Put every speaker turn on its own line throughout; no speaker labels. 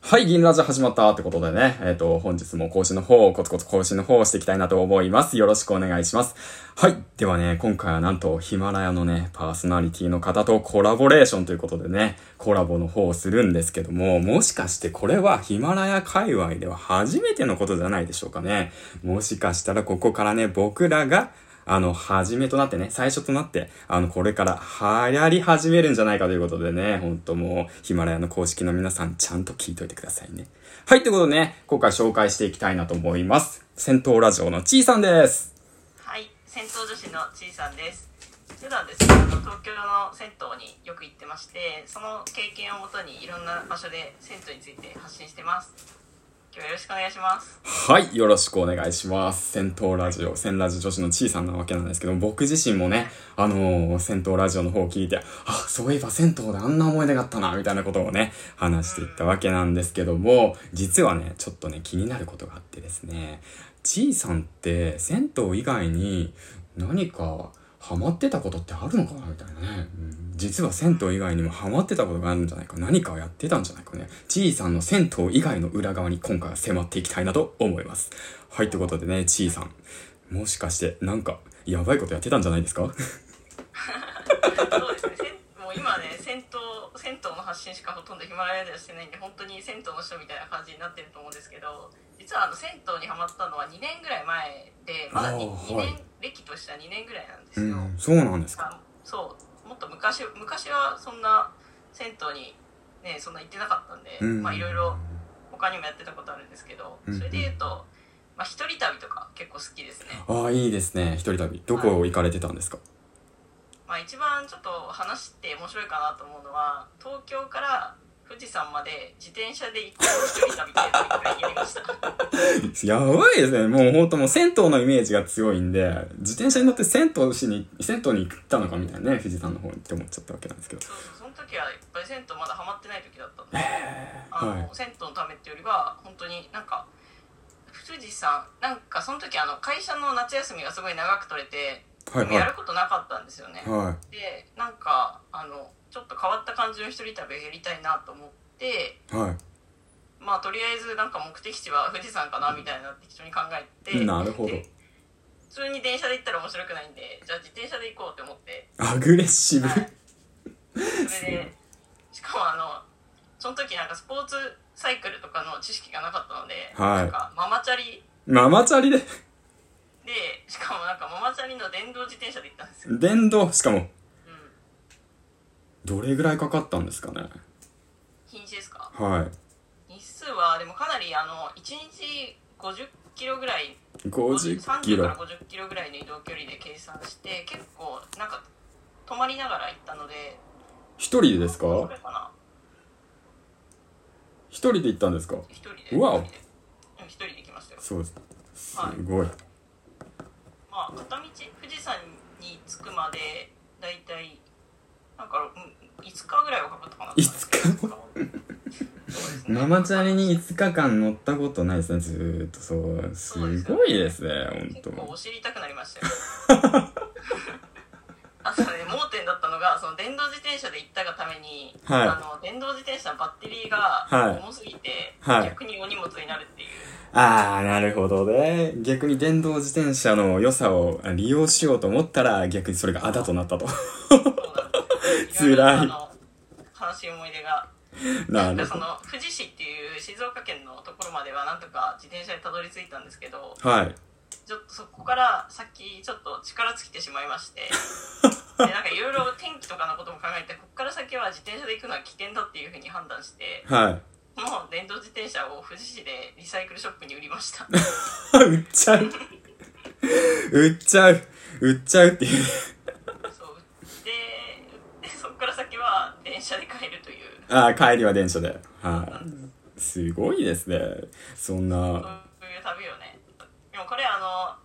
はい、銀ラジ始まったってことでね、えっ、と、本日も更新の方、コツコツ更新の方をしていきたいなと思います。よろしくお願いします。はい、ではね、今回はなんとヒマラヤのね、パーソナリティの方とコラボレーションということでね、コラボの方をするんですけども、もしかしてこれはヒマラヤ界隈では初めてのことじゃないでしょうかね。もしかしたらここからね、僕らがあの、始めとなってね、最初となって、あの、これから流行り始めるんじゃないかということでね、ほんともう、ヒマラヤの公式の皆さん、ちゃんと聞いといてくださいね。はい、ということでね、今回紹介していきたいなと思います。戦闘ラジオのちーさんです。
はい、銭湯女子のちいさんです。普段ですね、あの東京の銭湯によく行ってまして、その経験をもとにいろんな場所で銭湯について発信してます。今日はよろしくお願いします。
はい、よろしくお願いします。戦闘ラジオ、戦ラジ女子のちいさんなわけなんですけど、僕自身もね、あのー、戦闘ラジオの方を聞いて、あ、そういえば戦闘であんな思い出があったな、みたいなことをね、話していったわけなんですけども、実はね、ちょっとね、気になることがあってですね、ちいさんって、戦闘以外に何かハマってたことってあるのかな、みたいなね。うん実は銭湯以外にもハマってたことがあるんじゃないか何かをやってたんじゃないかねちいさんの銭湯以外の裏側に今回は迫っていきたいなと思いますはいということでねちいさんもしかしてなんかやばいことやってたんじゃないですか
そうですね、銭もう今ね、銭湯、銭湯の発信しかほとんどヒマラヤではしてないんで、本当に銭湯の人みたいな感じになってると思うんですけど、実はあの銭湯にハマったのは2年ぐらい前で、まだに
あー
2,
はい
年、歴としては2年ぐらいなんです
う
よ。
んそうなんですか
あそうもっと昔昔はそんな銭湯にねそんな行ってなかったんで、
うん
まあいろいろ他にもやってたことあるんですけど、
うん
それで言うと、まあ一人旅とか結構好きですね、
ああいいですね一人旅どこ行かれてたんですか
まあ、一番ちょっと話して面白いかなと思うのは東京から富士山まで自転車で行く一人旅っていうのを一回やりました
やばいですね。もうほんともう銭湯のイメージが強いんで、自転車に乗って銭湯しに、銭湯に行ったのかみたいなね、富士山の方にって思っちゃったわけなんですけど。
そうそうその時はいっぱい銭湯まだハマってない時だったのであの、
はい
銭湯のためっていうよりは本当になんか富士山なんかその時あの会社の夏休みがすごい長く取れて、
はい
や
は
ることなかったんですよね、
い。はい。
でなんかあのちょっと変わった感じの一人旅をやりたいなと思って
は
まあとりあえずなんか目的地は富士山かなみたいなって一緒に考えて
い。なるほど
で。普通に電車で行ったら面白くないんでじゃあ自転車で行こうって思って
アグレッシブ。
はいそれ
ごい
でしかもあのその時なんかスポーツサイクルとかの知識がなかったので、
はい
なんかママチャリ
ママチャリで、
でしかもなんかママチャリの電動自転車で行ったんですよ、うん、
電動、しかも、どれぐらいかかったんですかね。
禁止ですか
は
日数はでもかなりあの1日50キロぐらい
い。50キ
30から
ロ。
50キロぐらいの移動距離で計算して結構なんか泊まりながら行ったので
一人でです
それ
か
かな
一人で行ったんですか
一人で
うわお
一人でうん一人で行きましたよ
そうです。すごい。
まあ、片道富士山に着くまでだいたいなんかうん5日ぐらいはかかったかな
5日も
そうですね
ママチャリに5日間乗ったことないですね、ずーっと。そう。すごいですね、
結
ほん
構
と。
お尻痛くなり ましたよあとね盲点だったのがその電動自転車で行ったがために、
はい
あの電動自転車のバッテリーが
はい
重すぎて、
はい
逆にお荷物になるっていう
あー、なるほどね。逆に電動自転車の良さを利用しようと思ったら、逆にそれがあだとな ったと。
そうなんです
辛い
ろろあの悲しい思い出が
な
で
る
そ
ほど。
の富士市っていう静岡県のところまではなんとか自転車でたどり着いたんですけど
はい。
ちょっとそこから先ちょっと力尽きてしまいまして でなんかいろいろ天気とかのことも考えてここから先は自転車で行くのは危険だっていうふうに判断して
はい。
もう電動自転車を富士市でリサイクルショップに売りました
売っちゃう。売っちゃう。売っちゃうっていう。
そうででそこから先は電車で帰るという
ああ、帰りは電車で。はい。すごいですね。そん
そう
な。
いう旅をねでもこれあ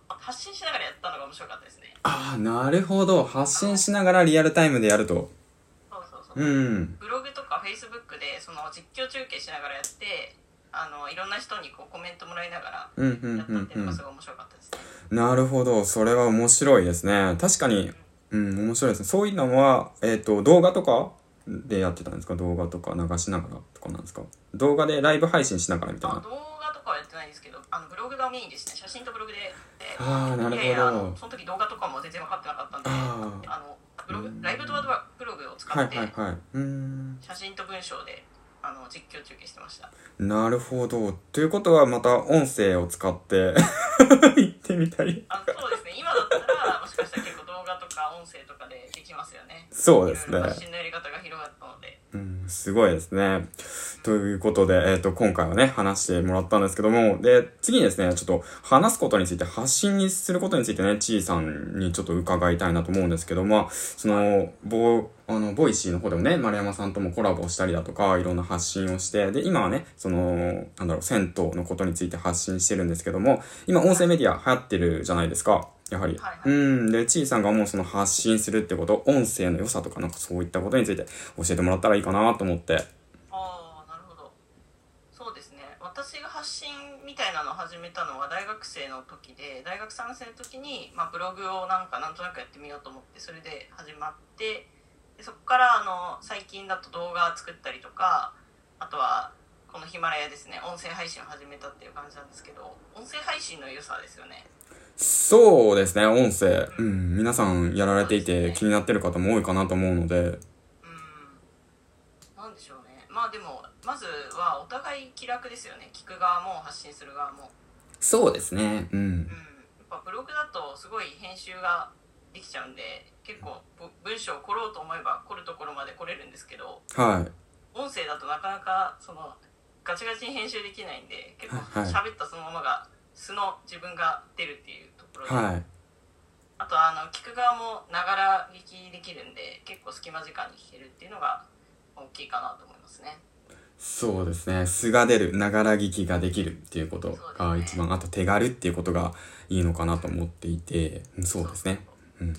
の発信しながらやったのが面白かったですね
ああ、なるほど。発信しながらリアルタイムでやると。
そうそうそう、
うん。
ブログとかフェイスブックでその実況中継しながらやってあのいろんな人にこうコメントもらいなが
うん、う
ら
ん
やっ、
う
たっ
ん
ていううのが
ん
す。ごい面白かったですね、
なるほど。それは面白いですね。確かに、うん、面白いですね。そういうのは、えっ、と、動画とかでやってたんですか動画とか流しながらとかなんですか動画でライブ配信しながらみたい
あ
な。
動画とかはやってないんですけどあのブログがメインですね写真とブログでで
ああ、なる
いやいやあ
ほ
の
ど。
その時動画とかも全然分かってなかったんで
ああ。
あのブログライブドアブログを使
はい
っ
はい
て
はい。うーん。
写真と文章であの実況中継してました
なるほど。ということはまた音声を使って 行ってみたり。
あのそうですね今だったらもしかしたら結構動画とか音声とかでできますよね
そうです
いろい
ね
ろ。発信のやり方が広がったので
うん、すごいですね。ということで、えっ、と、今回はね、話してもらったんですけども、で、次にですね、ちょっと話すことについて、発信にすることについてね、ちいさんにちょっと伺いたいなと思うんですけど、まあ、その、ボ、あの、ボイシーの方でもね、丸山さんともコラボしたりだとか、いろんな発信をして、で、今はね、その、なんだろう、銭湯のことについて発信してるんですけども、今、音声メディア流行ってるじゃないですか。やはり。
はいは
う
い
ん。で、ちいさんがもうその発信するってこと、音声の良さとか、なんかそういったことについて教えてもらったらいいかなと思って。
ああなるほどそうですね私が発信みたいなのを始めたのは大学生の時で大学3年生の時に、まあ、ブログをなんかなんとなくやってみようと思ってそれで始まってでそこからあの最近だと動画作ったりとかあとはこのヒマラヤですね音声配信を始めたっていう感じなんですけど音声配信の良さですよね
そうですね、音声。うん、皆さんやられていて気になってる方も多いかなと思うので。
うんなんでしょうねまあでもまずはお互い気楽ですよね聞く側も発信する側も
そうですね、うん
うん。やっぱブログだとすごい編集ができちゃうんで結構ぶ文章を凝ろうと思えば凝るところまで凝れるんですけど
はい。
音声だとなかなかそのガチガチに編集できないんで結構
はいはい
喋ったそのままが素の自分が出るっていうところで、
はい。
あとはあの聞く側もながら聞きできるんで結構隙間時間に聞けるっていうのが大きいかなと思いますね。
そうですね、素が出る、ながら聞きができるっていうことが一番、あと手軽っていうことがいいのかなと思っていて、うんそうですね。うん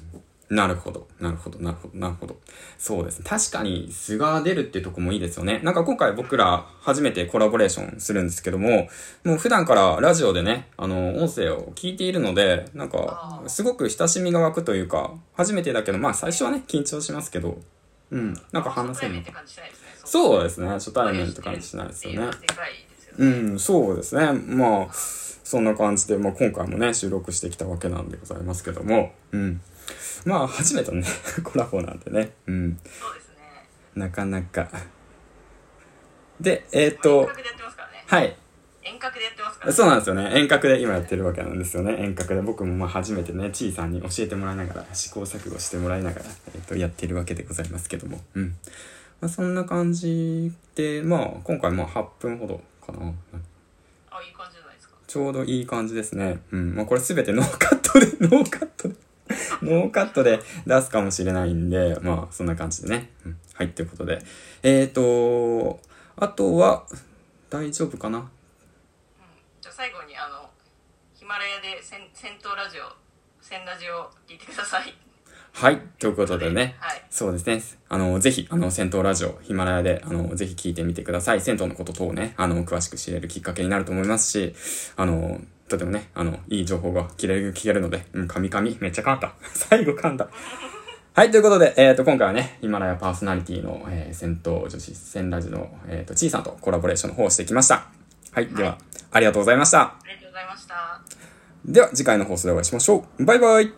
なるほど。なるほど。なるほど。なるほど。そうですね。確かに素が出るっていうとこもいいですよね。なんか今回僕ら初めてコラボレーションするんですけども、もう普段からラジオでね、あの、音声を聞いているので、なんか
あ、ー
すごく親しみが湧くというか、初めてだけど、まあ最初はね、緊張しますけど、うん。なんか話せる
初対面
の
って感じしないですね。
そうですね。初対面って感じしないですよね
で。かいですよね。
うん、そうですね。まあ、そんな感じで、まあ今回もね、収録してきたわけなんでございますけども、うん。まあ、初めてのね、 コラボなんでね、うん。
そうですね。
なかなか。で、えっ、
遠
と、
隔でやってますからね
はい。
遠隔でやってますからね
そうなんですよね。遠隔で今やってるわけなんですよね。遠隔で僕もまあ初めてね、ちいさんに教えてもらいながら、試行錯誤してもらいながら、えっと、やってるわけでございますけども。うん。まあそんな感じで、まあ今回まあ8分ほどかな。
あいい感じじゃないですか
ちょうどいい感じですね。うん。まあこれすべてノーカットで、 ノーカットで、ノーカットで出すかもしれないんで、まあそんな感じでね。うん。はい、ということで。えっ、と、あとは、大丈夫かな
じゃあ最後にあのヒマラヤで戦戦闘ラジオ戦ラジオを聞いてください
はい、ということでね。
はい
そうですね。あの、ぜひ、あの、銭湯ラジオ、ヒマラヤで、あの、ぜひ聞いてみてください。銭湯のこと等をね、あの、詳しく知れるきっかけになると思いますし、あの、とてもね、あの、いい情報が切れる、聞けるので、うん、噛み噛み、めっちゃ噛んだ。 最後噛んだ。はい、ということで、えっ、と、今回はね、ヒマラヤパーソナリティの、えー、銭湯女子、銭ラジの、えっ、と、ちいさんとコラボレーションの方をしてきました。はい、では、ありがとうございました。
ありがとうございました
では、次回の放送でお会いしましょう。バイバイ。